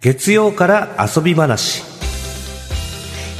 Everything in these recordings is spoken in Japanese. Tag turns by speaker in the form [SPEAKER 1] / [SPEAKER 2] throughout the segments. [SPEAKER 1] 月曜から遊び話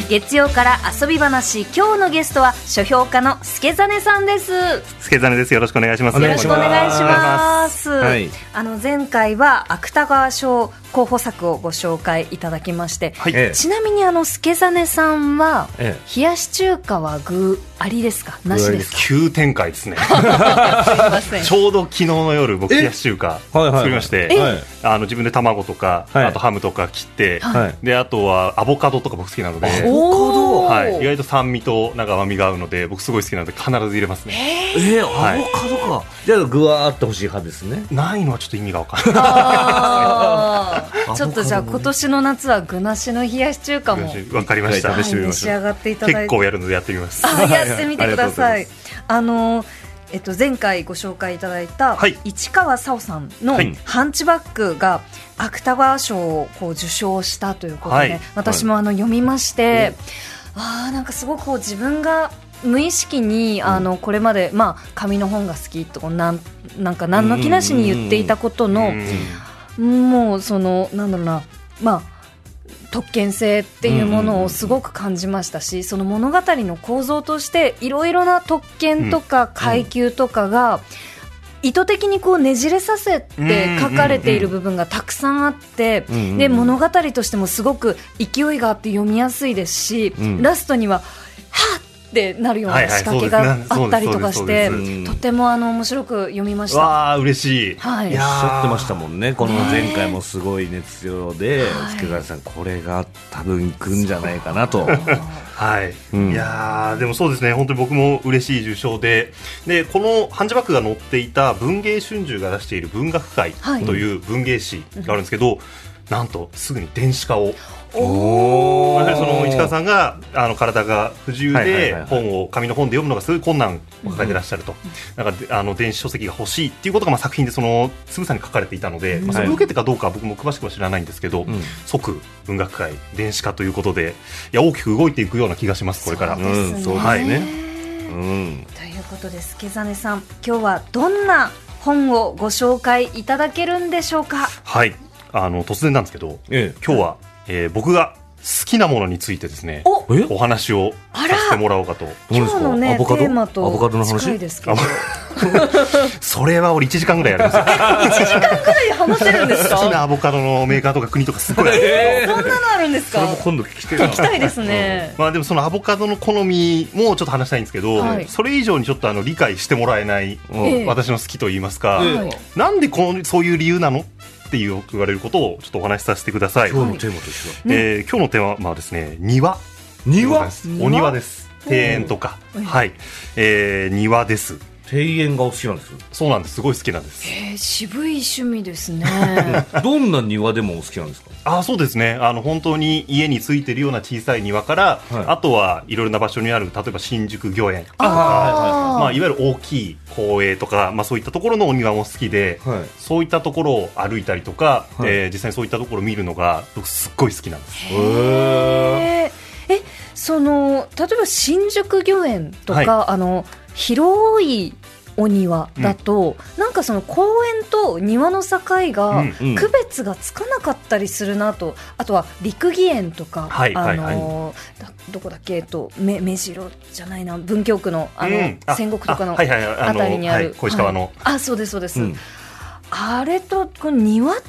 [SPEAKER 2] 月曜から遊び話今日のゲストは書評家の助真さんですよ
[SPEAKER 3] 助真です。よろしくお願いします。
[SPEAKER 2] ろしくお願いします
[SPEAKER 1] はい
[SPEAKER 2] あの前回は芥川賞候補作をご紹介いただきまして、
[SPEAKER 3] はい。
[SPEAKER 1] え
[SPEAKER 2] ちなみにあの助真さんは、
[SPEAKER 1] え
[SPEAKER 2] 冷やし中華は具ありですかなしですか
[SPEAKER 3] 急展開ですね。
[SPEAKER 2] すいません
[SPEAKER 3] ちょうど昨日の夜、僕、冷やし中華
[SPEAKER 1] はいはい
[SPEAKER 3] 作りまして、
[SPEAKER 1] えはい
[SPEAKER 3] あの自分で卵とか、
[SPEAKER 1] はい
[SPEAKER 3] あとハムとか切って、
[SPEAKER 1] はい
[SPEAKER 3] で、あとはアボカドとか僕好きなので、
[SPEAKER 2] おー
[SPEAKER 3] はい、意外と酸味となんか甘みが合うので、僕すごい好きなので、必ず入れますね。
[SPEAKER 1] えー
[SPEAKER 3] はい
[SPEAKER 1] アボカドか、じゃあ具はあってほしい派ですね
[SPEAKER 3] ないのはちょっと意味がわかんない。
[SPEAKER 2] あー
[SPEAKER 1] ね
[SPEAKER 2] ちょっとじゃあ今年の夏は具なしの冷やし中華も、はい、
[SPEAKER 3] わかりました。
[SPEAKER 1] はい
[SPEAKER 3] 試してみ
[SPEAKER 2] 召
[SPEAKER 3] ま
[SPEAKER 2] し
[SPEAKER 3] しょ
[SPEAKER 2] 上
[SPEAKER 3] う。
[SPEAKER 2] がっていただ
[SPEAKER 3] 結
[SPEAKER 2] いて
[SPEAKER 3] 構やるのでやってみます。
[SPEAKER 2] あやってみてくださ
[SPEAKER 3] はいいありがとうございま。
[SPEAKER 2] あのえっと前回ご紹介いただいた
[SPEAKER 3] はい
[SPEAKER 2] 市川沙央さんの
[SPEAKER 3] はい
[SPEAKER 2] ハンチバックが芥川賞をこう受賞したということ
[SPEAKER 3] は
[SPEAKER 2] で
[SPEAKER 3] い、
[SPEAKER 2] 私もあの読みまして、ああなんかすごくこう自分が無意識にあのこれまでまあ紙の本が好きとかなんなんか何の気なしに言っていたことの
[SPEAKER 3] うん
[SPEAKER 2] もうそのなんだろうなまあ特権性っていうものをすごく感じましたし、その物語の構造としていろいろな特権とか階級とかが意図的にこうねじれさせて書かれている部分がたくさんあって、
[SPEAKER 1] んうんうん
[SPEAKER 2] で物語としてもすごく勢いがあって読みやすいですし、
[SPEAKER 1] うん
[SPEAKER 2] ラストには「はっ!」ってなるよう
[SPEAKER 3] はい
[SPEAKER 2] な
[SPEAKER 3] はい
[SPEAKER 2] 仕掛けがあったりとかし
[SPEAKER 3] そうで
[SPEAKER 2] て
[SPEAKER 3] す
[SPEAKER 1] ねそうですそうですそうです
[SPEAKER 2] とてもあの面白く読みました。
[SPEAKER 3] わあ、嬉しい。
[SPEAKER 2] はい
[SPEAKER 3] や
[SPEAKER 1] おっしゃってました
[SPEAKER 3] ん。
[SPEAKER 1] もんねこの前回もすごい熱量で
[SPEAKER 2] はい
[SPEAKER 1] 助川さんこれが多分いくんじゃないかなと
[SPEAKER 3] はい、
[SPEAKER 1] うん
[SPEAKER 3] いやーでもそうですね本当に僕も嬉しい受賞ででこのハンジバックが載っていた文藝春秋が出している文学界
[SPEAKER 2] はい
[SPEAKER 3] という文芸誌があるんですけど、なんとすぐに電子化を
[SPEAKER 1] お
[SPEAKER 3] やはりその市川さんがあの体が不自由
[SPEAKER 1] はいはいはいは
[SPEAKER 3] で
[SPEAKER 1] い
[SPEAKER 3] 本を紙の本で読むのがすごい困難を抱えてらっしゃると、なんかであの電子書籍が欲しいっていうことがまあ作品でそのつぶさに書かれていたので、まあ、それを受けてかどうかは僕も詳しくは知らないんですけど、
[SPEAKER 1] ん
[SPEAKER 3] 即文学界電子化ということでいや大きく動いていくような気がしますこれから。
[SPEAKER 2] そうですね
[SPEAKER 1] うんそう
[SPEAKER 3] ですね
[SPEAKER 1] うん
[SPEAKER 2] ということで助真さん今日はどんな本をご紹介いただけるんでしょうか
[SPEAKER 3] はいあの突然なんですけど
[SPEAKER 1] ええ
[SPEAKER 3] 今日は、えー僕が好きなものについてですね
[SPEAKER 2] お
[SPEAKER 1] え
[SPEAKER 3] お話をさせてもらおうかと
[SPEAKER 2] 今日のね
[SPEAKER 1] アボカド
[SPEAKER 2] テーマ
[SPEAKER 1] アボカド
[SPEAKER 2] と
[SPEAKER 1] の話
[SPEAKER 2] 近いですけど
[SPEAKER 3] あそれは俺1時間ぐらいやりますよ
[SPEAKER 2] 話せるんです
[SPEAKER 3] 好きな
[SPEAKER 2] か
[SPEAKER 3] アボカドのメーカーとか国とかすごいあるんですけど
[SPEAKER 2] そんなのあるんです
[SPEAKER 1] それ
[SPEAKER 2] か
[SPEAKER 1] も今度聞きてえな
[SPEAKER 2] 聞きたいですね、
[SPEAKER 3] まあでもそのアボカドの好みもちょっと話したいんですけど、
[SPEAKER 2] はい
[SPEAKER 3] それ以上にちょっとあの理解してもらえない、
[SPEAKER 1] うん
[SPEAKER 2] ええ
[SPEAKER 3] 私の好きと言いますか、
[SPEAKER 2] はい
[SPEAKER 3] なんでこのそういう理由なのっていうよく言われることをちょっとお話しさせてください、
[SPEAKER 1] 今日のテーマと一緒だ
[SPEAKER 3] えー今日のテーマはですね庭
[SPEAKER 1] 庭
[SPEAKER 3] お庭です庭園とか、
[SPEAKER 2] うん
[SPEAKER 3] はい、えー庭です
[SPEAKER 1] 庭園がお好きなん です
[SPEAKER 3] そうなんですすごい好きなんです
[SPEAKER 2] えー渋い趣味です ね
[SPEAKER 1] どんな庭でもお好きなんですか
[SPEAKER 3] あそうですねあの本当に家についてるような小さい庭から、
[SPEAKER 1] はい
[SPEAKER 3] あとはいろいろな場所にある例えば新宿御苑
[SPEAKER 2] ああ、
[SPEAKER 3] まあ、いわゆる大きい公営とか、まあ、そういったところのお庭も好きで、
[SPEAKER 1] はい
[SPEAKER 3] そういったところを歩いたりとか、
[SPEAKER 1] はい
[SPEAKER 3] えー実際にそういったところを見るのが僕すっごい好きなんです。
[SPEAKER 2] えーえその例えば新宿御苑とか、
[SPEAKER 3] はい
[SPEAKER 2] あの広いお庭だと、なんかその公園と庭の境が
[SPEAKER 3] うん
[SPEAKER 1] うん
[SPEAKER 2] 区別がつかなかったりするなと、あとは陸義園とか、
[SPEAKER 3] はい
[SPEAKER 2] あ
[SPEAKER 3] はい
[SPEAKER 2] のだどこだっけえっとめ目白じゃないな文京区のあの、
[SPEAKER 3] うんあ
[SPEAKER 2] 戦国とかの
[SPEAKER 3] あはいはいはい
[SPEAKER 2] あ
[SPEAKER 3] の
[SPEAKER 2] たりにある、
[SPEAKER 3] はい小石川の、
[SPEAKER 2] はいあそうですそうです、
[SPEAKER 1] うん
[SPEAKER 2] あれとこの庭の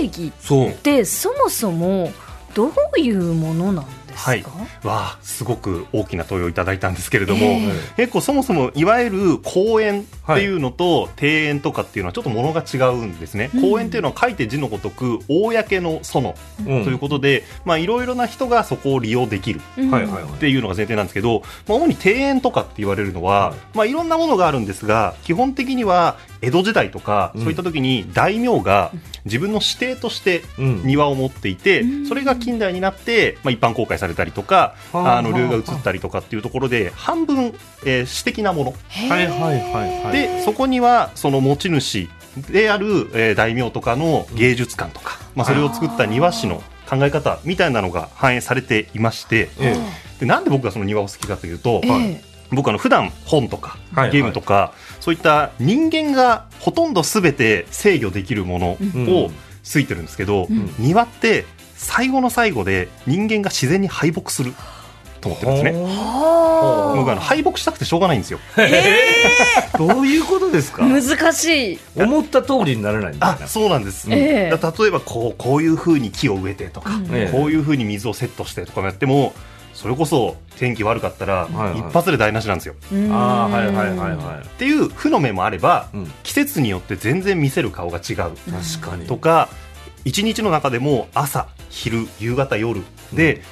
[SPEAKER 2] 定義
[SPEAKER 1] そう
[SPEAKER 2] でそもそもどういうものなんですか、
[SPEAKER 3] はいわあすごく大きな問いをいただいたんですけれども、
[SPEAKER 2] え
[SPEAKER 3] 結構そもそもいわゆる公園っていうのと庭園とかっていうのはちょっとものが違うんですね、
[SPEAKER 2] うん
[SPEAKER 3] 公園っていうのは書いて字のごとく公の園
[SPEAKER 1] う
[SPEAKER 3] と
[SPEAKER 1] ん
[SPEAKER 3] いうことで、まあ、いろいろな人がそこを利用できる
[SPEAKER 2] うん
[SPEAKER 1] はいはい
[SPEAKER 3] っ
[SPEAKER 1] は
[SPEAKER 3] ていうのが前提なんですけど、まあ、主に庭園とかって言われるのは、
[SPEAKER 1] はい
[SPEAKER 3] いまあ、いろんなものがあるんですが基本的には江戸時代とか、
[SPEAKER 1] うん
[SPEAKER 3] そういった時に大名が自分の指定として
[SPEAKER 1] いうん
[SPEAKER 3] 庭を持っていて、
[SPEAKER 2] うん
[SPEAKER 3] それが近代になって、まあ、一般公開されたりとか、
[SPEAKER 1] はあ
[SPEAKER 3] あの
[SPEAKER 1] はあ
[SPEAKER 3] ルーが移ったりとかっていうところで半分、えー私的なも
[SPEAKER 2] へー
[SPEAKER 1] はいはいはいは
[SPEAKER 3] の
[SPEAKER 1] い
[SPEAKER 3] でそこにはその持ち主である、えー大名とかの芸術館とか、まあ、それを作った庭師の考え方みたいなのが反映されていまして。
[SPEAKER 1] ええ
[SPEAKER 3] でなんで僕がその庭を好きかというと、
[SPEAKER 2] ええ
[SPEAKER 3] 僕あの普段本とか
[SPEAKER 1] はいはい
[SPEAKER 3] ゲームとか、そういった人間がほとんどすべて制御できるものを、
[SPEAKER 1] うん
[SPEAKER 3] ついてるんですけど、
[SPEAKER 2] うん
[SPEAKER 3] 庭って最後の最後で人間が自然に敗北すると思ってるんですね。
[SPEAKER 2] は
[SPEAKER 3] 僕あの敗北したくてしょうがないんですよ。
[SPEAKER 1] どういうことですか
[SPEAKER 2] あ難しい
[SPEAKER 1] 思った通りにならないんだ
[SPEAKER 3] あ
[SPEAKER 1] よな
[SPEAKER 3] そうなんです、
[SPEAKER 2] ええ
[SPEAKER 3] だ例えばこうこういうふうに木を植えてとか、
[SPEAKER 1] ええ
[SPEAKER 3] こういうふうに水をセットしてとかやってもそれこそ天気悪かったら
[SPEAKER 1] はいはい
[SPEAKER 3] 一発で台無しなんですよ。
[SPEAKER 1] あーはいはいはいは
[SPEAKER 3] っていう負の面もあれば、
[SPEAKER 1] い、うん、
[SPEAKER 3] 季節によって全然見せる顔が違う
[SPEAKER 1] 確かに
[SPEAKER 3] とか一日の中でも朝昼夕方夜で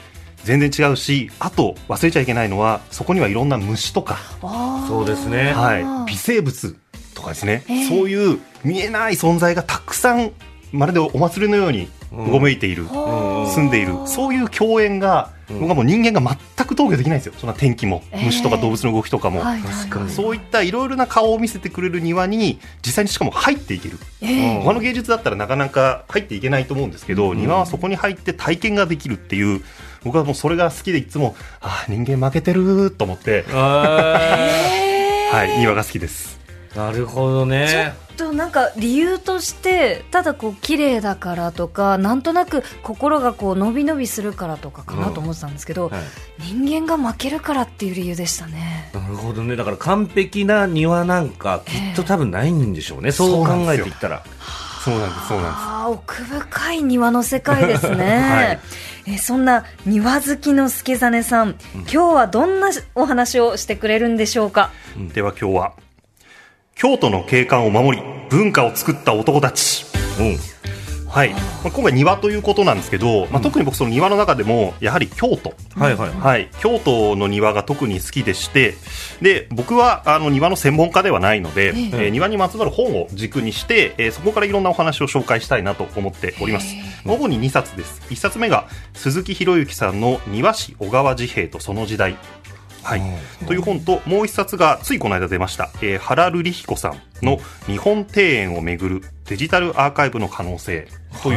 [SPEAKER 3] 全然違うしあと忘れちゃいけないのはそこにはいろんな虫とか、
[SPEAKER 2] あー
[SPEAKER 1] そうですね
[SPEAKER 3] はい、微生物とかですね、
[SPEAKER 2] ええ
[SPEAKER 3] そういう見えない存在がたくさんまるでお祭りのようにうごめいている、
[SPEAKER 2] はあ
[SPEAKER 3] 住んでいるそういう共演が、
[SPEAKER 1] うん
[SPEAKER 3] 僕はもう人間が全く峠できないんですよそんな天気も
[SPEAKER 2] ええ
[SPEAKER 3] 虫とか動物の動きとかも。
[SPEAKER 2] はいはい
[SPEAKER 1] 確かに
[SPEAKER 3] そういったいろいろな顔を見せてくれる庭に実際にしかも入っていける
[SPEAKER 2] ええ
[SPEAKER 1] うん
[SPEAKER 3] 他の芸術だったらなかなか入っていけないと思うんですけど、
[SPEAKER 1] うん
[SPEAKER 3] 庭はそこに入って体験ができるっていう僕はもうそれが好きでいつもああ人間負けてると思って、
[SPEAKER 1] あ
[SPEAKER 3] はい、庭が好きです
[SPEAKER 1] ーなるほど
[SPEAKER 2] ちょ
[SPEAKER 1] ね
[SPEAKER 2] っとなんか理由としてただこう綺麗だからとかなんとなく心がこう伸び伸びするからとかかなと思ってたんですけど、
[SPEAKER 1] はい
[SPEAKER 2] 人間が負けるからっていう理由でしたね。
[SPEAKER 1] なるほどねだから完璧な庭なんかきっと多分ないんでしょうね、そう考えていったら
[SPEAKER 3] そうなんですそうなん
[SPEAKER 2] ああ奥深い庭の世界です ね、
[SPEAKER 3] はい
[SPEAKER 2] えそんな庭好きの助真さん、今日はどんなお話をしてくれるんでしょうか
[SPEAKER 3] ですでは今日は京都の景観を守り文化を作った男たち
[SPEAKER 1] うん
[SPEAKER 3] はい、まあ、今回庭ということなんですけど、まあ、特に僕その庭の中でもやはり京都
[SPEAKER 1] はいはいは
[SPEAKER 3] はい、京都の庭が特に好きでしてで僕はあの庭の専門家ではないので、えー庭にまつわる本を軸にして、えーそこからいろんなお話を紹介したいなと思っております主に2冊です1冊目が鈴木博之さんの「庭師小川治兵衛とその時代」はい、という本ともう1冊がついこの間出ました、えー、原瑠璃彦さんの「日本庭園をめぐるデジタルアーカイブの可能性」とい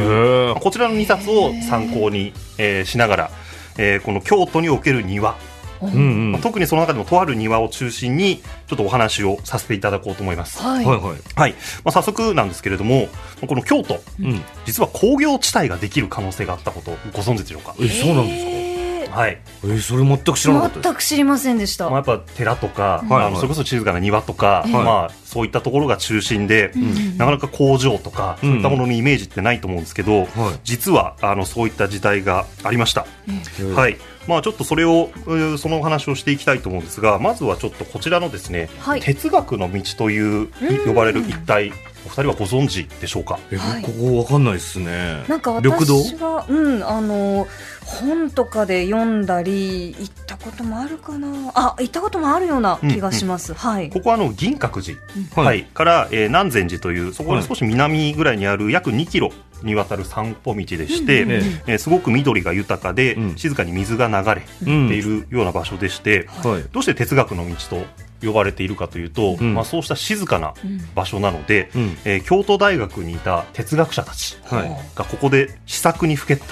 [SPEAKER 1] い
[SPEAKER 3] う
[SPEAKER 1] う
[SPEAKER 3] こちらの2冊を参考に、えーしながら、えーこの京都における庭、
[SPEAKER 1] うんうん
[SPEAKER 3] 特にその中でもとある庭を中心にちょっとお話をさせていただこうと思います、
[SPEAKER 2] はい、
[SPEAKER 1] はいはい
[SPEAKER 3] はいまあ、早速なんですけれどもこの京都
[SPEAKER 1] うん
[SPEAKER 3] 実は工業地帯ができる可能性があったことをご存知でしょうか
[SPEAKER 1] えそうなんですか
[SPEAKER 2] え
[SPEAKER 3] はい、
[SPEAKER 1] えー、それ全く知らなかった
[SPEAKER 2] ー
[SPEAKER 1] です
[SPEAKER 2] 全く知りませんでした、
[SPEAKER 3] まあ、やっぱ寺とか、
[SPEAKER 1] はい
[SPEAKER 3] あのそれこそ静かな庭とか、
[SPEAKER 2] はい
[SPEAKER 3] まあ、そういったところが中心で、
[SPEAKER 2] ん
[SPEAKER 3] なかなか工場とか、
[SPEAKER 1] うん
[SPEAKER 3] そういったもののイメージってないと思うんですけど、
[SPEAKER 1] は
[SPEAKER 3] 実はあのそういった時代がありました
[SPEAKER 1] い
[SPEAKER 3] はいいまあ、ちょっとそれをえーそのお話をしていきたいと思うんですがまずはちょっとこちらのですね、
[SPEAKER 2] はい
[SPEAKER 3] 哲学の道という呼ばれる一体お二人はご存知でしょうか
[SPEAKER 1] え
[SPEAKER 2] はい
[SPEAKER 1] ここわかんないですね
[SPEAKER 2] なんか
[SPEAKER 1] 緑道
[SPEAKER 2] 私は、うん、あの本とかで読んだり行ったこともあるかなあ行ったこともあるような気がします、はい
[SPEAKER 3] ここはあの銀閣寺、
[SPEAKER 1] うん
[SPEAKER 3] はいから、えー南禅寺というそこの少し南ぐらいにある約2キロにわたる散歩道でして、
[SPEAKER 2] うんうん
[SPEAKER 1] え
[SPEAKER 3] えーすごく緑が豊かで、
[SPEAKER 1] うん
[SPEAKER 3] 静かに水が流れ
[SPEAKER 1] う
[SPEAKER 3] てい
[SPEAKER 1] ん
[SPEAKER 3] るような場所でして、
[SPEAKER 1] はい
[SPEAKER 3] どうして哲学の道と呼ばれているかというと、
[SPEAKER 1] うん
[SPEAKER 3] まあ、そうした静かな
[SPEAKER 2] うん
[SPEAKER 3] 場所なので、
[SPEAKER 1] うん
[SPEAKER 3] えー京都大学にいた哲学者たち
[SPEAKER 1] はい
[SPEAKER 3] がここで試作にふけった、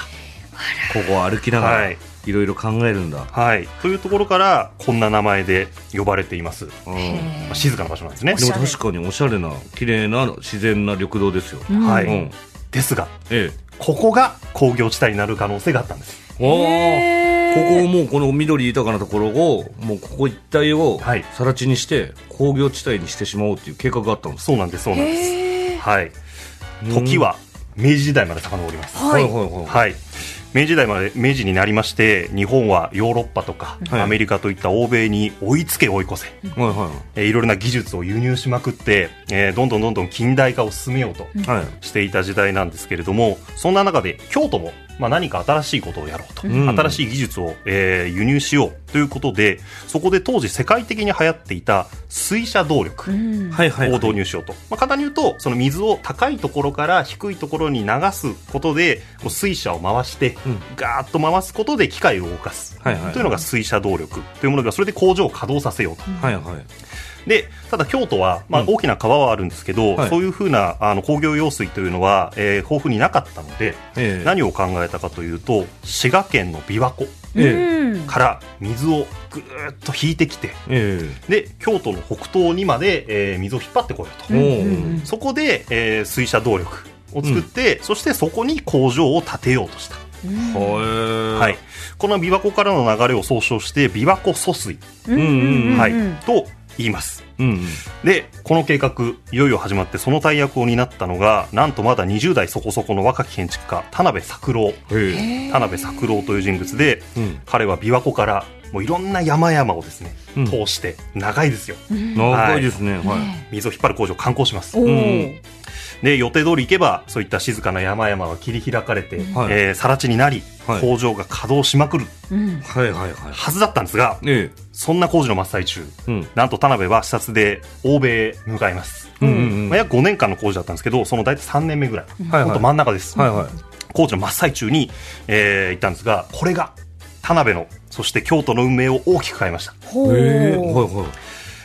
[SPEAKER 1] ここを歩きなが
[SPEAKER 3] は
[SPEAKER 1] ら
[SPEAKER 3] い
[SPEAKER 1] いろいろ考えるんだ
[SPEAKER 3] はい、というところからこんな名前で呼ばれています、
[SPEAKER 1] うん
[SPEAKER 2] へ
[SPEAKER 1] で
[SPEAKER 3] ま
[SPEAKER 2] ー
[SPEAKER 3] あ静かな場所なんですね
[SPEAKER 2] おしゃ
[SPEAKER 1] も
[SPEAKER 2] れ
[SPEAKER 1] 確かにおしゃれな綺麗な自然な緑道ですよ
[SPEAKER 2] うん
[SPEAKER 3] は
[SPEAKER 1] う
[SPEAKER 3] い
[SPEAKER 1] ん
[SPEAKER 3] ですが
[SPEAKER 1] ええ
[SPEAKER 3] ここが工業地帯になる可能性があったんです
[SPEAKER 1] おー
[SPEAKER 2] へ
[SPEAKER 1] こ
[SPEAKER 2] ー
[SPEAKER 1] こをもうこの緑豊かなところをもうここ一帯を
[SPEAKER 3] はい
[SPEAKER 1] さら地にして工業地帯にしてしまおうっていう計画があったんです
[SPEAKER 3] そうなんですそうなんです、
[SPEAKER 2] へー
[SPEAKER 3] はい、時は明治時代まで遡ります、
[SPEAKER 2] はい、
[SPEAKER 1] はいはいはい
[SPEAKER 3] はい、明治時代まで明治になりまして日本はヨーロッパとか
[SPEAKER 1] はい
[SPEAKER 3] アメリカといった欧米に追いつけ追い越せ、
[SPEAKER 1] はいは
[SPEAKER 3] えーいろいろな技術を輸入しまくって、えーどんどんどんどん近代化を進めようと
[SPEAKER 1] いはいはい
[SPEAKER 3] していた時代なんですけれどもそんな中で京都も、まあ、何か新しいことをやろうと、
[SPEAKER 1] うん
[SPEAKER 3] 新しい技術を、えー輸入しようということでそこで当時世界的に流行っていた水車動力
[SPEAKER 2] う
[SPEAKER 3] を
[SPEAKER 2] ん
[SPEAKER 1] はいはい
[SPEAKER 3] 導入しようと、まあ、簡単に言うとその水を高いところから低いところに流すことでこう水車を回して、
[SPEAKER 1] うん
[SPEAKER 3] ガーッと回すことで機械を動かす、
[SPEAKER 1] はいはい
[SPEAKER 3] というのが水車動力というものがそれで工場を稼働させようと。
[SPEAKER 1] はいはい
[SPEAKER 3] でただ京都は、まあ
[SPEAKER 1] うん
[SPEAKER 3] 大きな川はあるんですけど、
[SPEAKER 1] はい
[SPEAKER 3] そういうふうなあの工業用水というのは、えー豊富になかったので、
[SPEAKER 1] ええ
[SPEAKER 3] 何を考えたかというと滋賀県の琵琶湖
[SPEAKER 1] え
[SPEAKER 2] うん
[SPEAKER 3] から水をぐーっと引いてきて
[SPEAKER 1] ええ
[SPEAKER 3] で京都の北東にまで、えー水を引っ張ってこようと、
[SPEAKER 1] おー
[SPEAKER 2] うんうんうん
[SPEAKER 3] そこで、えー水車動力を作って、そしてそこに工場を建てようとした。
[SPEAKER 2] うん
[SPEAKER 1] は
[SPEAKER 3] はい、この琵琶湖からの流れを総称して琵琶湖疎水、
[SPEAKER 2] うんうんうん
[SPEAKER 3] はい
[SPEAKER 2] うん
[SPEAKER 3] と言います
[SPEAKER 1] い。うん。
[SPEAKER 3] でこの計画いよいよ始まってその大役を担ったのがなんとまだ20代そこそこの若き建築家田辺作郎
[SPEAKER 1] へえ。
[SPEAKER 3] 田辺作郎という人物で
[SPEAKER 1] うん。
[SPEAKER 3] 彼は琵琶湖からもういろんな山々をですね、
[SPEAKER 1] うん
[SPEAKER 3] 通して長いですよ
[SPEAKER 2] うん
[SPEAKER 1] 長いですね。はい。
[SPEAKER 2] ね
[SPEAKER 3] 水を引っ張る工場を観光します
[SPEAKER 2] おー
[SPEAKER 1] うん
[SPEAKER 3] で予定通り行けばそういった静かな山々が切り開かれて、
[SPEAKER 1] はい
[SPEAKER 3] えー更地になり、
[SPEAKER 1] はい
[SPEAKER 3] 工場が稼働しまくる
[SPEAKER 2] うん
[SPEAKER 1] はいはいはい。
[SPEAKER 3] はずだったんですが
[SPEAKER 1] え
[SPEAKER 3] そんな工事の真っ最中
[SPEAKER 1] え。うん。
[SPEAKER 3] なんと田辺は視察で欧米へ向かいます、
[SPEAKER 1] うんうんは
[SPEAKER 3] まあ、
[SPEAKER 1] い
[SPEAKER 3] 約5年間の工事だったんですけどその大体3年目ぐらい、
[SPEAKER 1] はい。
[SPEAKER 3] ほんと
[SPEAKER 1] は
[SPEAKER 3] 真ん中です、
[SPEAKER 1] いはい。
[SPEAKER 3] 工事の真っ最中に、えー行ったんですがこれが田辺のそして京都の運命を大きく変えました
[SPEAKER 2] ほう
[SPEAKER 1] へえ。は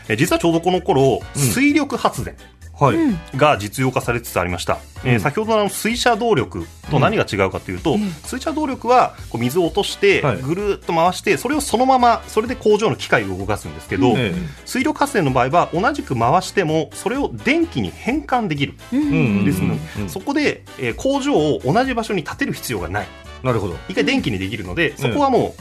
[SPEAKER 3] えー実はちょうどこの頃、
[SPEAKER 1] うん
[SPEAKER 3] 水力発電
[SPEAKER 1] いはい。はい。
[SPEAKER 3] が実用化されつつありました、えー
[SPEAKER 1] うん
[SPEAKER 3] 先ほどのあの水車動力と何が違うかという
[SPEAKER 2] う
[SPEAKER 3] と、
[SPEAKER 2] ん
[SPEAKER 3] 水車動力はこう水を落として
[SPEAKER 1] はい
[SPEAKER 3] ぐるーっと回してそれをそのままそれで工場の機械を動かすんですけど、
[SPEAKER 2] うん
[SPEAKER 1] え
[SPEAKER 3] 水力発電の場合は同じく回してもそれを電気に変換できる
[SPEAKER 2] うん
[SPEAKER 1] え。うん。
[SPEAKER 3] ですの
[SPEAKER 1] ね
[SPEAKER 3] で、そこで、えー工場を同じ場所に建てる必要がない
[SPEAKER 1] なるほど。
[SPEAKER 3] 一回電気にできるのでそこはもう、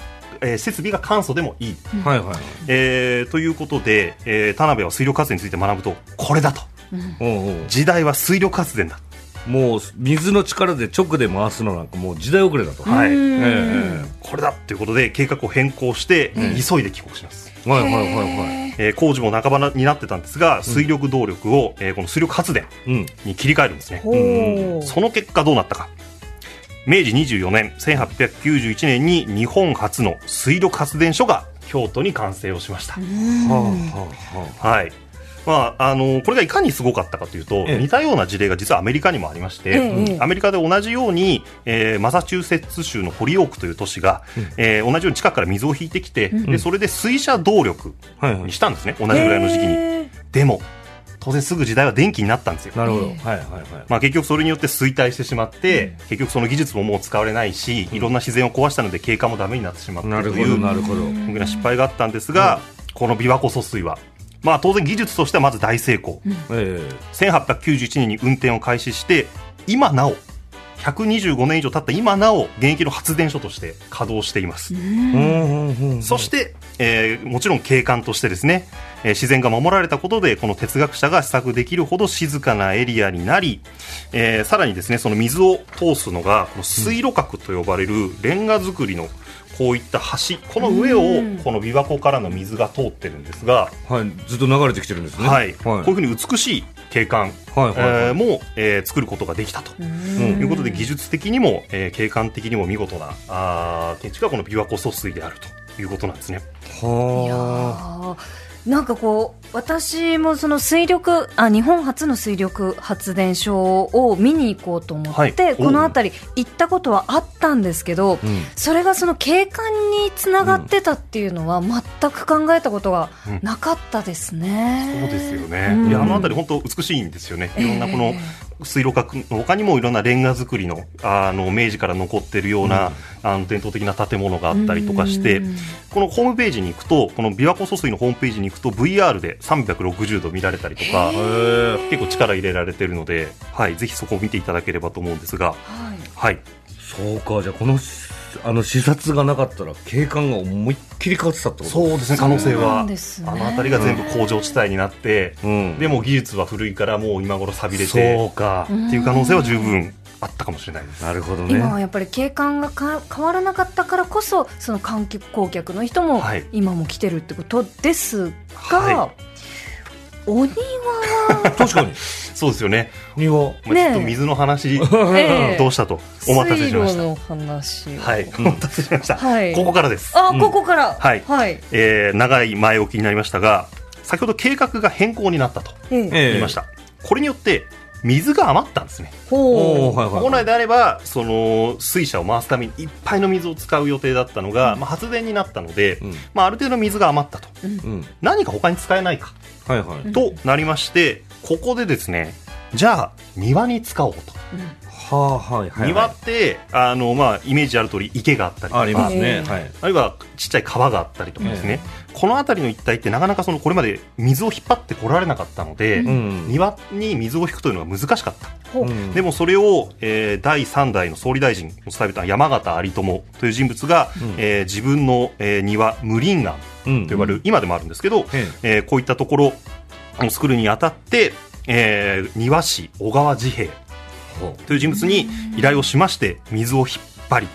[SPEAKER 3] えー設備が簡素でもいい、
[SPEAKER 1] はいはい。
[SPEAKER 3] えーということで、えー田辺は水力発電について学ぶとこれだと
[SPEAKER 2] うん
[SPEAKER 1] おうおう
[SPEAKER 3] 時代は水力発電だ
[SPEAKER 1] もう水の力で直で回すのなんかもう時代遅れだと。
[SPEAKER 3] んは
[SPEAKER 2] う
[SPEAKER 3] い
[SPEAKER 2] ん
[SPEAKER 1] え
[SPEAKER 3] これだということで計画を変更して、
[SPEAKER 1] うん
[SPEAKER 3] 急いで帰国します、
[SPEAKER 1] えはいはいはいはい。
[SPEAKER 2] へ
[SPEAKER 3] えー工事も半ばになってたんですが水力動力を、えーこの水力発電
[SPEAKER 1] うん。
[SPEAKER 3] に切り替えるんですね
[SPEAKER 2] ーほう
[SPEAKER 3] その結果どうなったか明治24年1891年に日本初の水力発電所が京都に完成をしました、
[SPEAKER 2] うん
[SPEAKER 1] はあはあは
[SPEAKER 3] はいまあ、あのこれがいかにすごかったかというと、
[SPEAKER 1] ええ
[SPEAKER 3] 似たような事例が実はアメリカにもありまして、
[SPEAKER 2] ええ
[SPEAKER 3] アメリカで同じように、えーマサチューセッツ州のホリオークという都市が、
[SPEAKER 1] うん
[SPEAKER 3] えー同じように近くから水を引いてきて、
[SPEAKER 2] うん
[SPEAKER 3] でそれで水車動力
[SPEAKER 1] あ。はいはい
[SPEAKER 3] に。したんですね同じぐらいの時期に、
[SPEAKER 2] へ
[SPEAKER 3] でも当然すぐ時代は電気になったんですよ
[SPEAKER 1] なるほど。
[SPEAKER 2] え
[SPEAKER 1] は
[SPEAKER 2] え
[SPEAKER 1] いはいはい。
[SPEAKER 3] まあ、結局それによって衰退してしまって、
[SPEAKER 2] う
[SPEAKER 3] 結局その技術ももう使われないし、いろんな自然を壊したので景観もダメになってしまった
[SPEAKER 1] なる
[SPEAKER 3] と
[SPEAKER 1] ほど
[SPEAKER 3] いう
[SPEAKER 1] なるほど。
[SPEAKER 2] うん
[SPEAKER 3] 大きな失敗があったんですが、この琵琶湖疎水は、まあ、当然技術としてはまず大成功、
[SPEAKER 1] ええ
[SPEAKER 3] 1891年に運転を開始して今なお125年以上経った今なお現役の発電所として稼働しています、
[SPEAKER 2] うん
[SPEAKER 1] うんうんうん。
[SPEAKER 3] そ
[SPEAKER 1] て
[SPEAKER 3] して、えーもちろん景観としてですね、えー自然が守られたことでこの哲学者が試作できるほど静かなエリアになり、えーさらにですねその水を通すのがこの水路閣と呼ばれるレンガ造りのこういった橋この上を
[SPEAKER 2] うん
[SPEAKER 3] この琵琶湖からの水が通ってるんですが、
[SPEAKER 1] はい、ずっと流れてきてるんですね。
[SPEAKER 3] はいこ
[SPEAKER 1] は
[SPEAKER 3] うい
[SPEAKER 1] い。
[SPEAKER 3] うふうに美しい景観、
[SPEAKER 1] はいはい
[SPEAKER 3] えー
[SPEAKER 1] はい。
[SPEAKER 3] も、えー作ることができたと。
[SPEAKER 1] うん
[SPEAKER 3] ということで技術的にも、えー景観的にも見事なあー建築がこの琵琶湖疎水であるということなんですね。
[SPEAKER 2] いや
[SPEAKER 1] は
[SPEAKER 2] ーなんかこう私もその水力あ日本初の水力発電所を見に行こうと思って、
[SPEAKER 3] はい
[SPEAKER 2] この辺り行ったことはあったんですけど
[SPEAKER 1] あ。うん。
[SPEAKER 2] それがその景観につながってたっていうのは全く考えたことがなかったですね。
[SPEAKER 3] そうですよね、
[SPEAKER 2] うん
[SPEAKER 3] いやあの辺り本当美しいんですよね、いろんなこ
[SPEAKER 2] え
[SPEAKER 3] の
[SPEAKER 2] え
[SPEAKER 3] 水路閣の他にもいろんなレンガ造りのあの明治から残ってるような、
[SPEAKER 1] うん
[SPEAKER 3] あの伝統的な建物があったりとかして、
[SPEAKER 2] うん
[SPEAKER 3] このホームページに行くとこの琵琶湖疎水のホームページに行くと VR で360度見られたりとか
[SPEAKER 2] へえ
[SPEAKER 3] 結構力入れられてるので、はい、ぜひそこを見ていただければと思うんですが、
[SPEAKER 2] はい
[SPEAKER 3] はい、
[SPEAKER 1] そうか、じゃあこのし、あの、視察がなかったら景観が思いっきり変わってたってこと
[SPEAKER 3] そうですね可能性
[SPEAKER 2] そうな
[SPEAKER 3] は、
[SPEAKER 2] んですね
[SPEAKER 3] あの辺りが全部工場地帯になって、
[SPEAKER 1] うん。
[SPEAKER 3] でも技術は古いからもう今頃錆びれて
[SPEAKER 1] そうか。
[SPEAKER 3] っていう可能性は十分あったかもしれないです。
[SPEAKER 1] なるほどね。
[SPEAKER 2] 今はやっぱり景観がか変わらなかったからこそその観光客の人も
[SPEAKER 3] はい
[SPEAKER 2] 今も来てるってことですが、
[SPEAKER 3] は
[SPEAKER 2] お庭は
[SPEAKER 1] 確かに。
[SPEAKER 3] そうですよね。
[SPEAKER 1] 庭。
[SPEAKER 3] まあ
[SPEAKER 2] ねえ
[SPEAKER 3] ちょっと水 の話、
[SPEAKER 2] ええ
[SPEAKER 3] どうしたとお待たせしまし
[SPEAKER 2] 水
[SPEAKER 3] た。
[SPEAKER 2] 路の話を
[SPEAKER 3] はい、お待たせしました。
[SPEAKER 2] はい
[SPEAKER 3] ここからです。
[SPEAKER 2] あ、
[SPEAKER 1] うん
[SPEAKER 2] ここから
[SPEAKER 3] はい
[SPEAKER 2] はい
[SPEAKER 3] えー長い前置きになりましたが、先ほど計画が変更になったと
[SPEAKER 2] ええ
[SPEAKER 1] え
[SPEAKER 3] 言いました。これによって水が余ったんですね。
[SPEAKER 1] お
[SPEAKER 2] ほ
[SPEAKER 1] お
[SPEAKER 2] う
[SPEAKER 1] はいはい。
[SPEAKER 3] 本来であればその水車を回すためにいっぱいの水を使う予定だったのが、まあ、発電になったので、
[SPEAKER 1] うん。
[SPEAKER 3] まあ、ある程度水が余ったと
[SPEAKER 1] うん。
[SPEAKER 3] 何か他に使えないか
[SPEAKER 1] はいはい。
[SPEAKER 2] ん
[SPEAKER 3] となりまして、ここでですねじゃあ庭に使おうと
[SPEAKER 1] はあはいはい。
[SPEAKER 3] 庭ってあの、まあ、イメージある通り池があったりとか
[SPEAKER 1] あります
[SPEAKER 2] え
[SPEAKER 1] ね。
[SPEAKER 2] え
[SPEAKER 1] はい。
[SPEAKER 3] あるいはちっちゃい川があったりとかですね、この辺りの一帯ってなかなかそのこれまで水を引っ張ってこられなかったので、
[SPEAKER 1] うん。
[SPEAKER 3] 庭に水を引くというのが難しかった
[SPEAKER 2] ほう
[SPEAKER 1] うん
[SPEAKER 3] でもそれを、えー第3代の総理大臣を務めた山縣有朋という人物が、
[SPEAKER 1] うん
[SPEAKER 3] えー自分の、えー庭無林岩
[SPEAKER 1] うん
[SPEAKER 3] と呼ばれる、今でもあるんですけど、
[SPEAKER 1] え
[SPEAKER 3] えーこういったところを作るにあたって、えー庭師小川治兵衛
[SPEAKER 1] ほ
[SPEAKER 3] という人物に依頼をしまして水を引っ張り、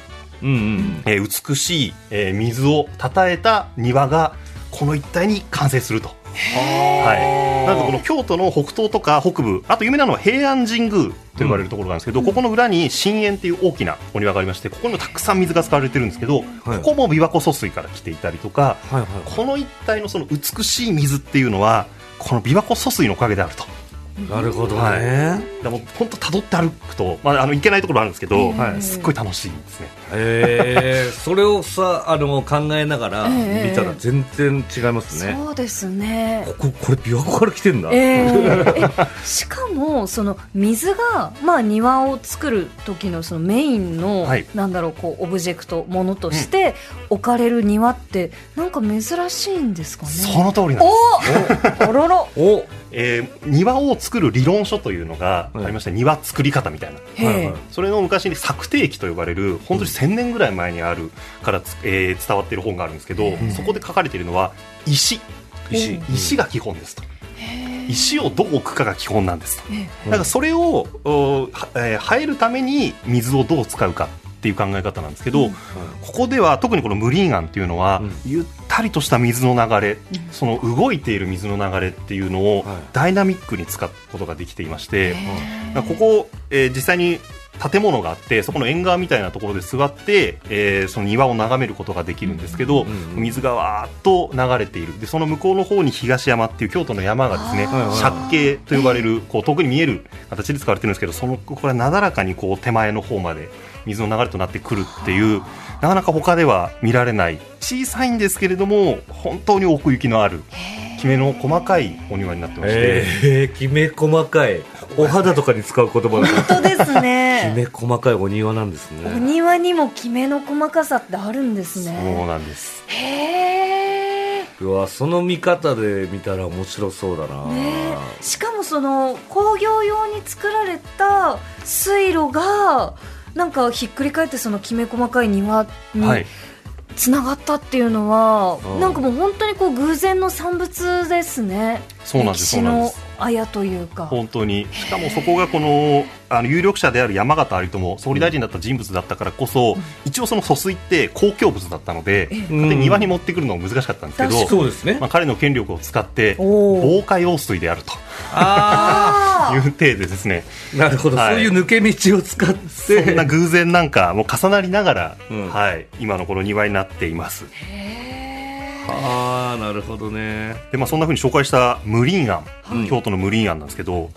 [SPEAKER 1] ううんうん
[SPEAKER 3] えー美しい、えー水をたたえた庭がこの一帯に完成すると。はい、なんとこの京都の北東とか北部あと有名なのは平安神宮と呼ばれるところなんですけど、ここの裏に深淵っていう大きなお庭がありましてここにもたくさん水が使われてるんですけど、
[SPEAKER 1] はい
[SPEAKER 3] ここも琵琶湖疎水から来ていたりとか
[SPEAKER 1] はいはい
[SPEAKER 3] この一帯のその美しい水っていうのはこの琵琶湖疎水のおかげであると。
[SPEAKER 1] なるほどね、
[SPEAKER 3] だからもう本当辿って歩くと、まあ、あの行けないところあるんですけど、
[SPEAKER 1] はい
[SPEAKER 3] すっごい楽しいですね。
[SPEAKER 1] へえそれをさあの考えながら
[SPEAKER 2] ええ
[SPEAKER 1] 見たら全然違いますね、
[SPEAKER 2] そうですね
[SPEAKER 1] こここれ琵琶湖から来てんだ、
[SPEAKER 2] え ーえしかもその水が、まあ、庭を作る時のそのメインの、
[SPEAKER 3] はい
[SPEAKER 2] なんだろうこうオブジェクトものとして置かれる庭ってなんか珍しいんですかね。
[SPEAKER 3] その通りなんです。
[SPEAKER 2] おおろろ
[SPEAKER 1] おは
[SPEAKER 3] えー庭を作る理論書というのがありまして、庭作り方みたいな。
[SPEAKER 1] い
[SPEAKER 2] へ
[SPEAKER 1] はい、
[SPEAKER 2] え
[SPEAKER 3] それの昔に作定記と呼ばれる本当に1000年ぐらい前にあるからつ、えー伝わっている本があるんですけど、
[SPEAKER 2] うん
[SPEAKER 3] そこで書かれているのは石
[SPEAKER 1] 石
[SPEAKER 3] 石が基本ですと
[SPEAKER 2] へえ
[SPEAKER 3] 石をどう置くかが基本なんですと
[SPEAKER 2] え
[SPEAKER 1] うん
[SPEAKER 3] だからそれを、おはえー生えるために水をどう使うかっていう考え方なんですけど、
[SPEAKER 2] うん
[SPEAKER 3] ここでは特にこの無林岩っていうのは、
[SPEAKER 1] うん
[SPEAKER 3] ゆったりとした水の流れ、
[SPEAKER 2] うん
[SPEAKER 3] その動いている水の流れっていうのを
[SPEAKER 1] はい
[SPEAKER 3] ダイナミックに使うことができていまして、
[SPEAKER 2] へえ
[SPEAKER 3] だからここ、えー実際に建物があってそこの縁側みたいなところで座って、えーその庭を眺めることができるんですけど、
[SPEAKER 1] うんうんうん
[SPEAKER 3] 水がわーっと流れているでその向こうの方に東山っていう京都の山がですね
[SPEAKER 2] あ
[SPEAKER 1] ー
[SPEAKER 3] 借景と呼ばれるこう遠くに見える形で使われてるんですけどそのここからなだらかにこう手前の方まで水の流れとなってくるっていうなかなか他では見られない小さいんですけれども本当に奥行きのあるきめの細かいお庭になってまして。
[SPEAKER 1] えー、きめ細かいお肌とかに使う言葉だ
[SPEAKER 2] 本当です
[SPEAKER 1] き
[SPEAKER 2] ね
[SPEAKER 1] め細かいお庭なんですね
[SPEAKER 2] お庭にもきめの細かさってあるんです
[SPEAKER 3] そう
[SPEAKER 2] ね
[SPEAKER 3] なんです。
[SPEAKER 2] へえ
[SPEAKER 1] うわその見方で見たら面白そうだな、
[SPEAKER 2] ねえしかもその工業用に作られた水路がなんかひっくり返ってそのきめ細かい庭
[SPEAKER 3] はい
[SPEAKER 2] に。つながったっていうのは、
[SPEAKER 1] うん
[SPEAKER 2] なんかもう本当にこう偶然の産物ですね
[SPEAKER 3] そうなんで
[SPEAKER 2] 歴
[SPEAKER 3] す。
[SPEAKER 2] 史
[SPEAKER 3] そうなんで
[SPEAKER 2] の
[SPEAKER 3] す。
[SPEAKER 2] あやというか
[SPEAKER 3] 本当にしかもそこがこのあの有力者である山形有朋総理大臣だった人物だったからこそ、一応その疎水って公共物だったので
[SPEAKER 2] ええ、
[SPEAKER 1] うん
[SPEAKER 3] で庭に持ってくるのも難しかったんですけ
[SPEAKER 2] 確
[SPEAKER 3] ど、
[SPEAKER 1] そうですね、
[SPEAKER 3] まあ、彼の権力を使って
[SPEAKER 2] おお
[SPEAKER 3] 防火用水であると
[SPEAKER 1] あ
[SPEAKER 2] あ
[SPEAKER 3] い
[SPEAKER 2] ー
[SPEAKER 3] う体でですね
[SPEAKER 1] あなるほど、
[SPEAKER 3] はい
[SPEAKER 1] そういう抜け道を使って
[SPEAKER 3] そんな偶然なんかも重なりながら、
[SPEAKER 1] うん
[SPEAKER 3] はい、今のこの庭になっています
[SPEAKER 2] へー
[SPEAKER 1] ああなるほどね
[SPEAKER 3] で、まあ、そんなふうに紹介した無林庵、
[SPEAKER 1] うん
[SPEAKER 3] 京都の無林庵なんですけど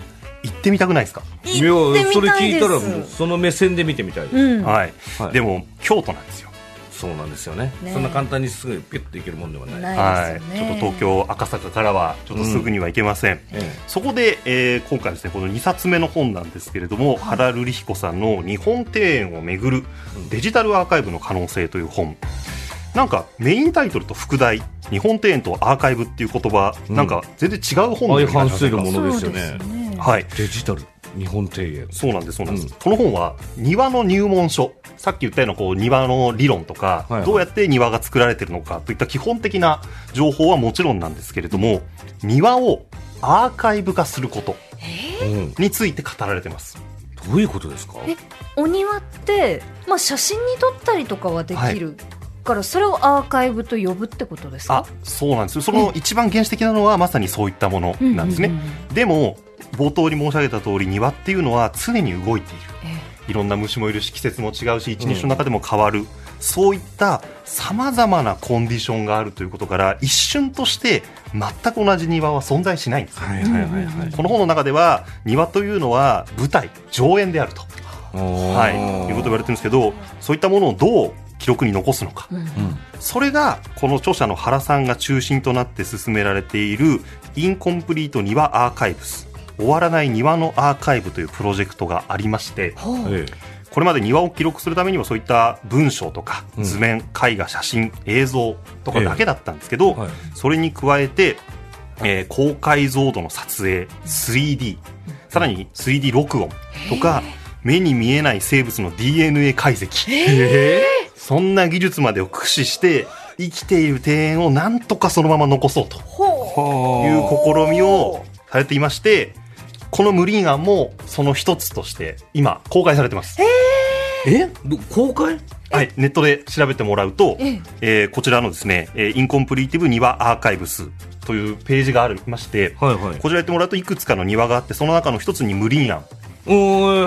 [SPEAKER 3] 行ってみたくないですか、
[SPEAKER 1] いや
[SPEAKER 2] 行ってみ
[SPEAKER 1] それ
[SPEAKER 2] た
[SPEAKER 1] 聞
[SPEAKER 2] い
[SPEAKER 1] い
[SPEAKER 2] で
[SPEAKER 1] たらもう
[SPEAKER 2] す
[SPEAKER 1] その目線で見てみたいです、
[SPEAKER 2] うん
[SPEAKER 3] はい
[SPEAKER 1] はい
[SPEAKER 3] でも京都なんですよ
[SPEAKER 1] そうなんですよね
[SPEAKER 2] ね
[SPEAKER 1] そんな簡単にすぐピュッといけるもんではない
[SPEAKER 2] ない
[SPEAKER 3] は
[SPEAKER 2] で
[SPEAKER 3] い、
[SPEAKER 2] すよ
[SPEAKER 3] ちょっ
[SPEAKER 2] ね
[SPEAKER 3] と東京赤坂からはちょっとすぐには行けません。
[SPEAKER 1] え
[SPEAKER 3] そこで、えー今回ですねこの2冊目の本なんですけれども、原瑠璃彦さんの「日本庭園をめぐるデジタルアーカイブの可能性」という本なんかメインタイトルと副題「日本庭園とアーカイブ」っていう言葉、
[SPEAKER 1] うん
[SPEAKER 3] なんか全然違う
[SPEAKER 1] え
[SPEAKER 3] 本
[SPEAKER 1] 相
[SPEAKER 3] ような
[SPEAKER 1] 反
[SPEAKER 3] 気が
[SPEAKER 1] す
[SPEAKER 3] し
[SPEAKER 1] る
[SPEAKER 3] ま
[SPEAKER 1] も
[SPEAKER 3] す
[SPEAKER 1] のです
[SPEAKER 2] そう
[SPEAKER 1] よ
[SPEAKER 2] で
[SPEAKER 1] ね
[SPEAKER 2] すね
[SPEAKER 3] はい
[SPEAKER 1] デジタル日本庭園
[SPEAKER 3] そうなんですそうなんです、
[SPEAKER 1] うん
[SPEAKER 3] この本は庭の入門書さっき言ったようなこう庭の理論とか、
[SPEAKER 1] はいはい
[SPEAKER 3] どうやって庭が作られてるのかといった基本的な情報はもちろんなんですけれども庭をアーカイブ化すること
[SPEAKER 1] うんど
[SPEAKER 3] について語られてます
[SPEAKER 1] ういうことですか
[SPEAKER 2] えお庭って、まあ、写真に撮ったりとかはできる、からそれをアーカイブと呼ぶってことです
[SPEAKER 3] あ
[SPEAKER 2] か
[SPEAKER 3] そうなんですよその一番原始的なのはまさにそういったものなんですね、
[SPEAKER 2] ううう
[SPEAKER 3] でも冒頭に申し上げた通り庭っていうのは常に動いている
[SPEAKER 2] え
[SPEAKER 3] いろんな虫もいるし季節も違うし一
[SPEAKER 1] うん
[SPEAKER 3] 日の中でも変わる、そういったさまざまなコンディションがあるということから一瞬として全く同じ庭は存在しないんですよ、
[SPEAKER 1] はいはいはいはい
[SPEAKER 3] この本の中では庭というのは舞台上演であると、はい、いうことを言われてるんですけどそういったものをどう記録に残すのか
[SPEAKER 2] えうん
[SPEAKER 3] それがこの著者の原さんが中心となって進められているインコンプリート庭アーカイブス終わらない庭のアーカイブというプロジェクトがありまして
[SPEAKER 2] ほう
[SPEAKER 1] え
[SPEAKER 3] これまで庭を記録するためにはそういった文章とか
[SPEAKER 1] うん
[SPEAKER 3] 図面、絵画写真映像とかだけだったんですけど、
[SPEAKER 1] えはい
[SPEAKER 3] それに加えて、えー高解像度の撮影 3D さらに 3D 録音とか、目に見えない生物の DNA 解析、そんな技術までを駆使して生きている庭園をなんとかそのまま残そうという試みをされていましてこの無林案もその一つとして今公開されてます。
[SPEAKER 1] えど公開
[SPEAKER 3] はい、ネットで調べてもらうと、
[SPEAKER 2] ええ
[SPEAKER 3] えーこちらのですね、えーインコンプリーティブ庭アーカイブスというページがありまして、
[SPEAKER 1] はいはい
[SPEAKER 3] こちらやってもらうといくつかの庭があって、その中の一つに無林案、
[SPEAKER 1] お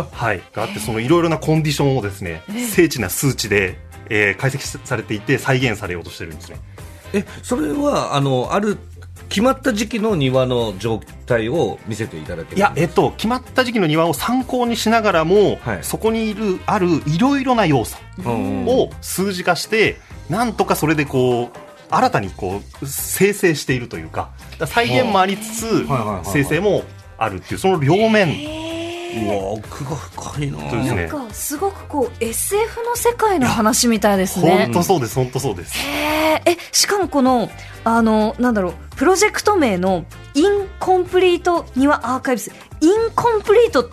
[SPEAKER 1] ー
[SPEAKER 3] はい、があって、そのいろいろなコンディションをですね、精緻な数値で、えー解析されていて、再現されようとしてるんですね。
[SPEAKER 1] えそれはあのある決まった時期の庭の状態を見せていただける
[SPEAKER 3] いや、えっと、決まった時期の庭を参考にしながらも、
[SPEAKER 1] はい
[SPEAKER 3] そこにいる、あるいろいろな要素
[SPEAKER 1] うんうん
[SPEAKER 3] を数字化して、なんとかそれでこう、新たにこう、生成しているというか、だから再現もありつつ
[SPEAKER 1] はいはいはいは、い
[SPEAKER 3] 生成もあるっていう、その両面
[SPEAKER 1] うわ奥が深いな
[SPEAKER 3] そうですね
[SPEAKER 2] なんかすごくこう SF の世界の話みたいですね
[SPEAKER 3] 本。当そうです、本当そうです。
[SPEAKER 2] へーえしかもこのあのなんだろうプロジェクト名のインコンプリート庭アーカイブスインコンプリート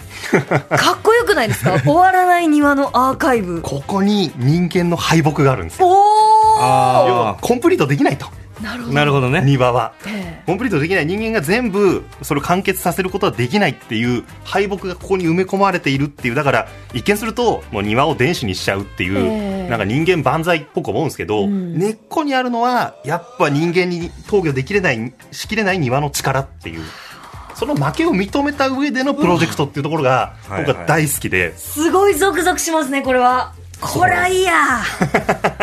[SPEAKER 2] かっこよくないですか終わらない庭のアーカイブ
[SPEAKER 3] ここに人間の敗北があるんですよ。
[SPEAKER 2] おお
[SPEAKER 3] 要は
[SPEAKER 1] あ
[SPEAKER 3] コンプリートできないと、
[SPEAKER 2] なる
[SPEAKER 1] あ
[SPEAKER 2] ほど
[SPEAKER 1] なるほどね
[SPEAKER 3] 庭は。
[SPEAKER 2] え
[SPEAKER 3] コンプリートできない人間が全部それを完結させることはできないっていう敗北がここに埋め込まれているっていうだから一見するともう庭を電子にしちゃうっていう、
[SPEAKER 2] ええ
[SPEAKER 3] なんか人間万歳っぽく思うんですけど、
[SPEAKER 2] うん
[SPEAKER 3] 根っこにあるのはやっぱ人間に投与できれないしきれない庭の力っていうその負けを認めた上でのプロジェクトっていうところが
[SPEAKER 1] うん
[SPEAKER 3] 僕は大好きで、
[SPEAKER 2] えすごいゾクゾクしますねこれはこれはいいや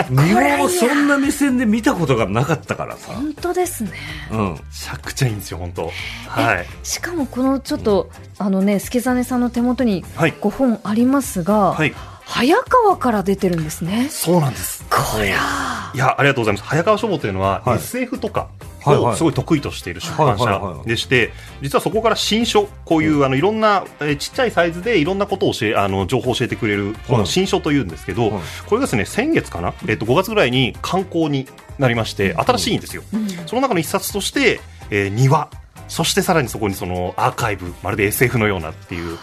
[SPEAKER 1] 庭をそんな目線で見たことがなかったからさ、
[SPEAKER 2] 本当ですね
[SPEAKER 1] うん、
[SPEAKER 3] めちゃくちゃいいんですよ本当はい
[SPEAKER 2] しかもこのちょっと、あのね助真さんの手元に
[SPEAKER 3] はい
[SPEAKER 2] ご本ありますが、
[SPEAKER 3] はい
[SPEAKER 2] 早川から出てるんですね
[SPEAKER 3] そうなんです
[SPEAKER 2] こりゃ
[SPEAKER 3] いや、ありがとうございます。早川書房というのは、
[SPEAKER 1] はい
[SPEAKER 3] SF とか
[SPEAKER 1] はいは
[SPEAKER 3] を
[SPEAKER 1] い
[SPEAKER 3] すごい得意としている出版
[SPEAKER 1] はいはいはいは
[SPEAKER 3] 社
[SPEAKER 1] い
[SPEAKER 3] でして、実はそこから新書、こういう、あのいろんな、えーちっちゃいサイズでいろんなことを教えあの情報を教えてくれる、こ
[SPEAKER 1] は
[SPEAKER 3] の
[SPEAKER 1] い
[SPEAKER 3] 新書というんですけど、
[SPEAKER 1] はい
[SPEAKER 3] これがですね、先月かな、えっと5月ぐらいに刊行になりまして、新しいんですよ。その中の一冊として、えー庭、そしてさらにそこにそのアーカイブ、まるで SF のようなっていう、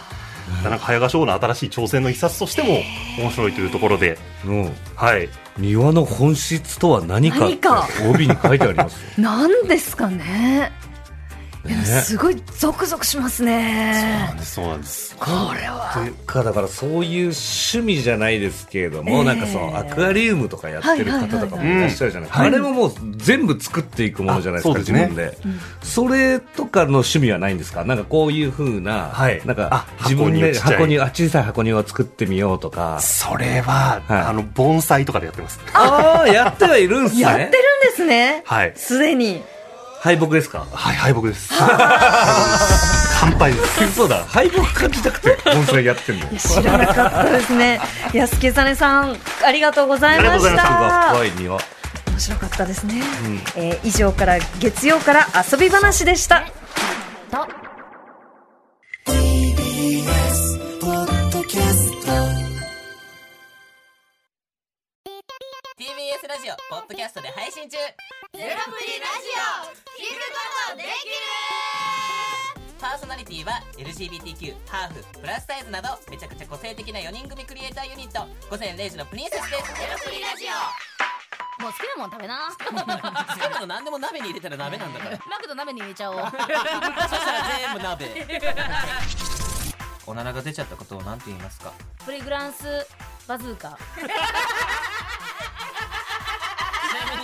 [SPEAKER 3] なんか早川書房の新しい挑戦の一冊としても面白いというところで、
[SPEAKER 1] うん、
[SPEAKER 3] はい。
[SPEAKER 1] 庭の本質とは何かって
[SPEAKER 2] 何か
[SPEAKER 1] 帯に書いてあります よ
[SPEAKER 2] なんですかねいや
[SPEAKER 1] ね
[SPEAKER 2] すごいゾクゾクします
[SPEAKER 3] そうな
[SPEAKER 2] ね
[SPEAKER 3] んです、そうなんです。
[SPEAKER 2] これは
[SPEAKER 1] というかだからそういう趣味じゃないですけれども、
[SPEAKER 2] ええ
[SPEAKER 1] なんかそのアクアリウムとかやってる方とかもいらっしゃるじゃないですか、
[SPEAKER 3] は
[SPEAKER 1] あ
[SPEAKER 3] いはいはいはい
[SPEAKER 1] れももう全部作っていくものじゃないですか
[SPEAKER 3] あそうで
[SPEAKER 1] 自
[SPEAKER 3] すね
[SPEAKER 1] 分で、それとかの趣味はないんですかなんかこういうふうな,、
[SPEAKER 3] はい
[SPEAKER 1] なんか
[SPEAKER 3] あ
[SPEAKER 1] 自分で箱
[SPEAKER 3] 箱庭
[SPEAKER 1] 庭あ小さい箱庭を作ってみようとか
[SPEAKER 3] それは、
[SPEAKER 1] はい
[SPEAKER 3] あの盆栽とかでやってます。
[SPEAKER 1] ああやってはいるんすね
[SPEAKER 2] やってるんですね
[SPEAKER 3] はい。
[SPEAKER 2] すでに
[SPEAKER 1] 敗北ですか
[SPEAKER 3] はい、敗北 です。乾杯です。
[SPEAKER 1] そうだ敗北感じたくて盆栽やってるの
[SPEAKER 2] いや 知らなかったですねいや助真さんありがとうございまし
[SPEAKER 3] ありがとうご
[SPEAKER 2] た
[SPEAKER 1] 怖い庭
[SPEAKER 2] 面白かったですね、えー以上から月曜から遊び話でした
[SPEAKER 4] ラジオポッドキャストで配信中
[SPEAKER 5] ゼロプリラジオ聞くことでき
[SPEAKER 4] パーソナリティは LGBTQ ハーフプラスサイズなどめちゃくちゃ個性的な4人組クリエイターユニット午前0時のプリンセスですゼロプリラジ
[SPEAKER 5] るもう好きなもん食べな
[SPEAKER 4] オ 好きなの何でも鍋に入れたら鍋なんだから
[SPEAKER 5] マクド鍋に入れちゃおう
[SPEAKER 4] そしたら全部鍋 おならが出ちゃったことを何て言いますか
[SPEAKER 5] プリグランスバズーカ
[SPEAKER 4] ちなみ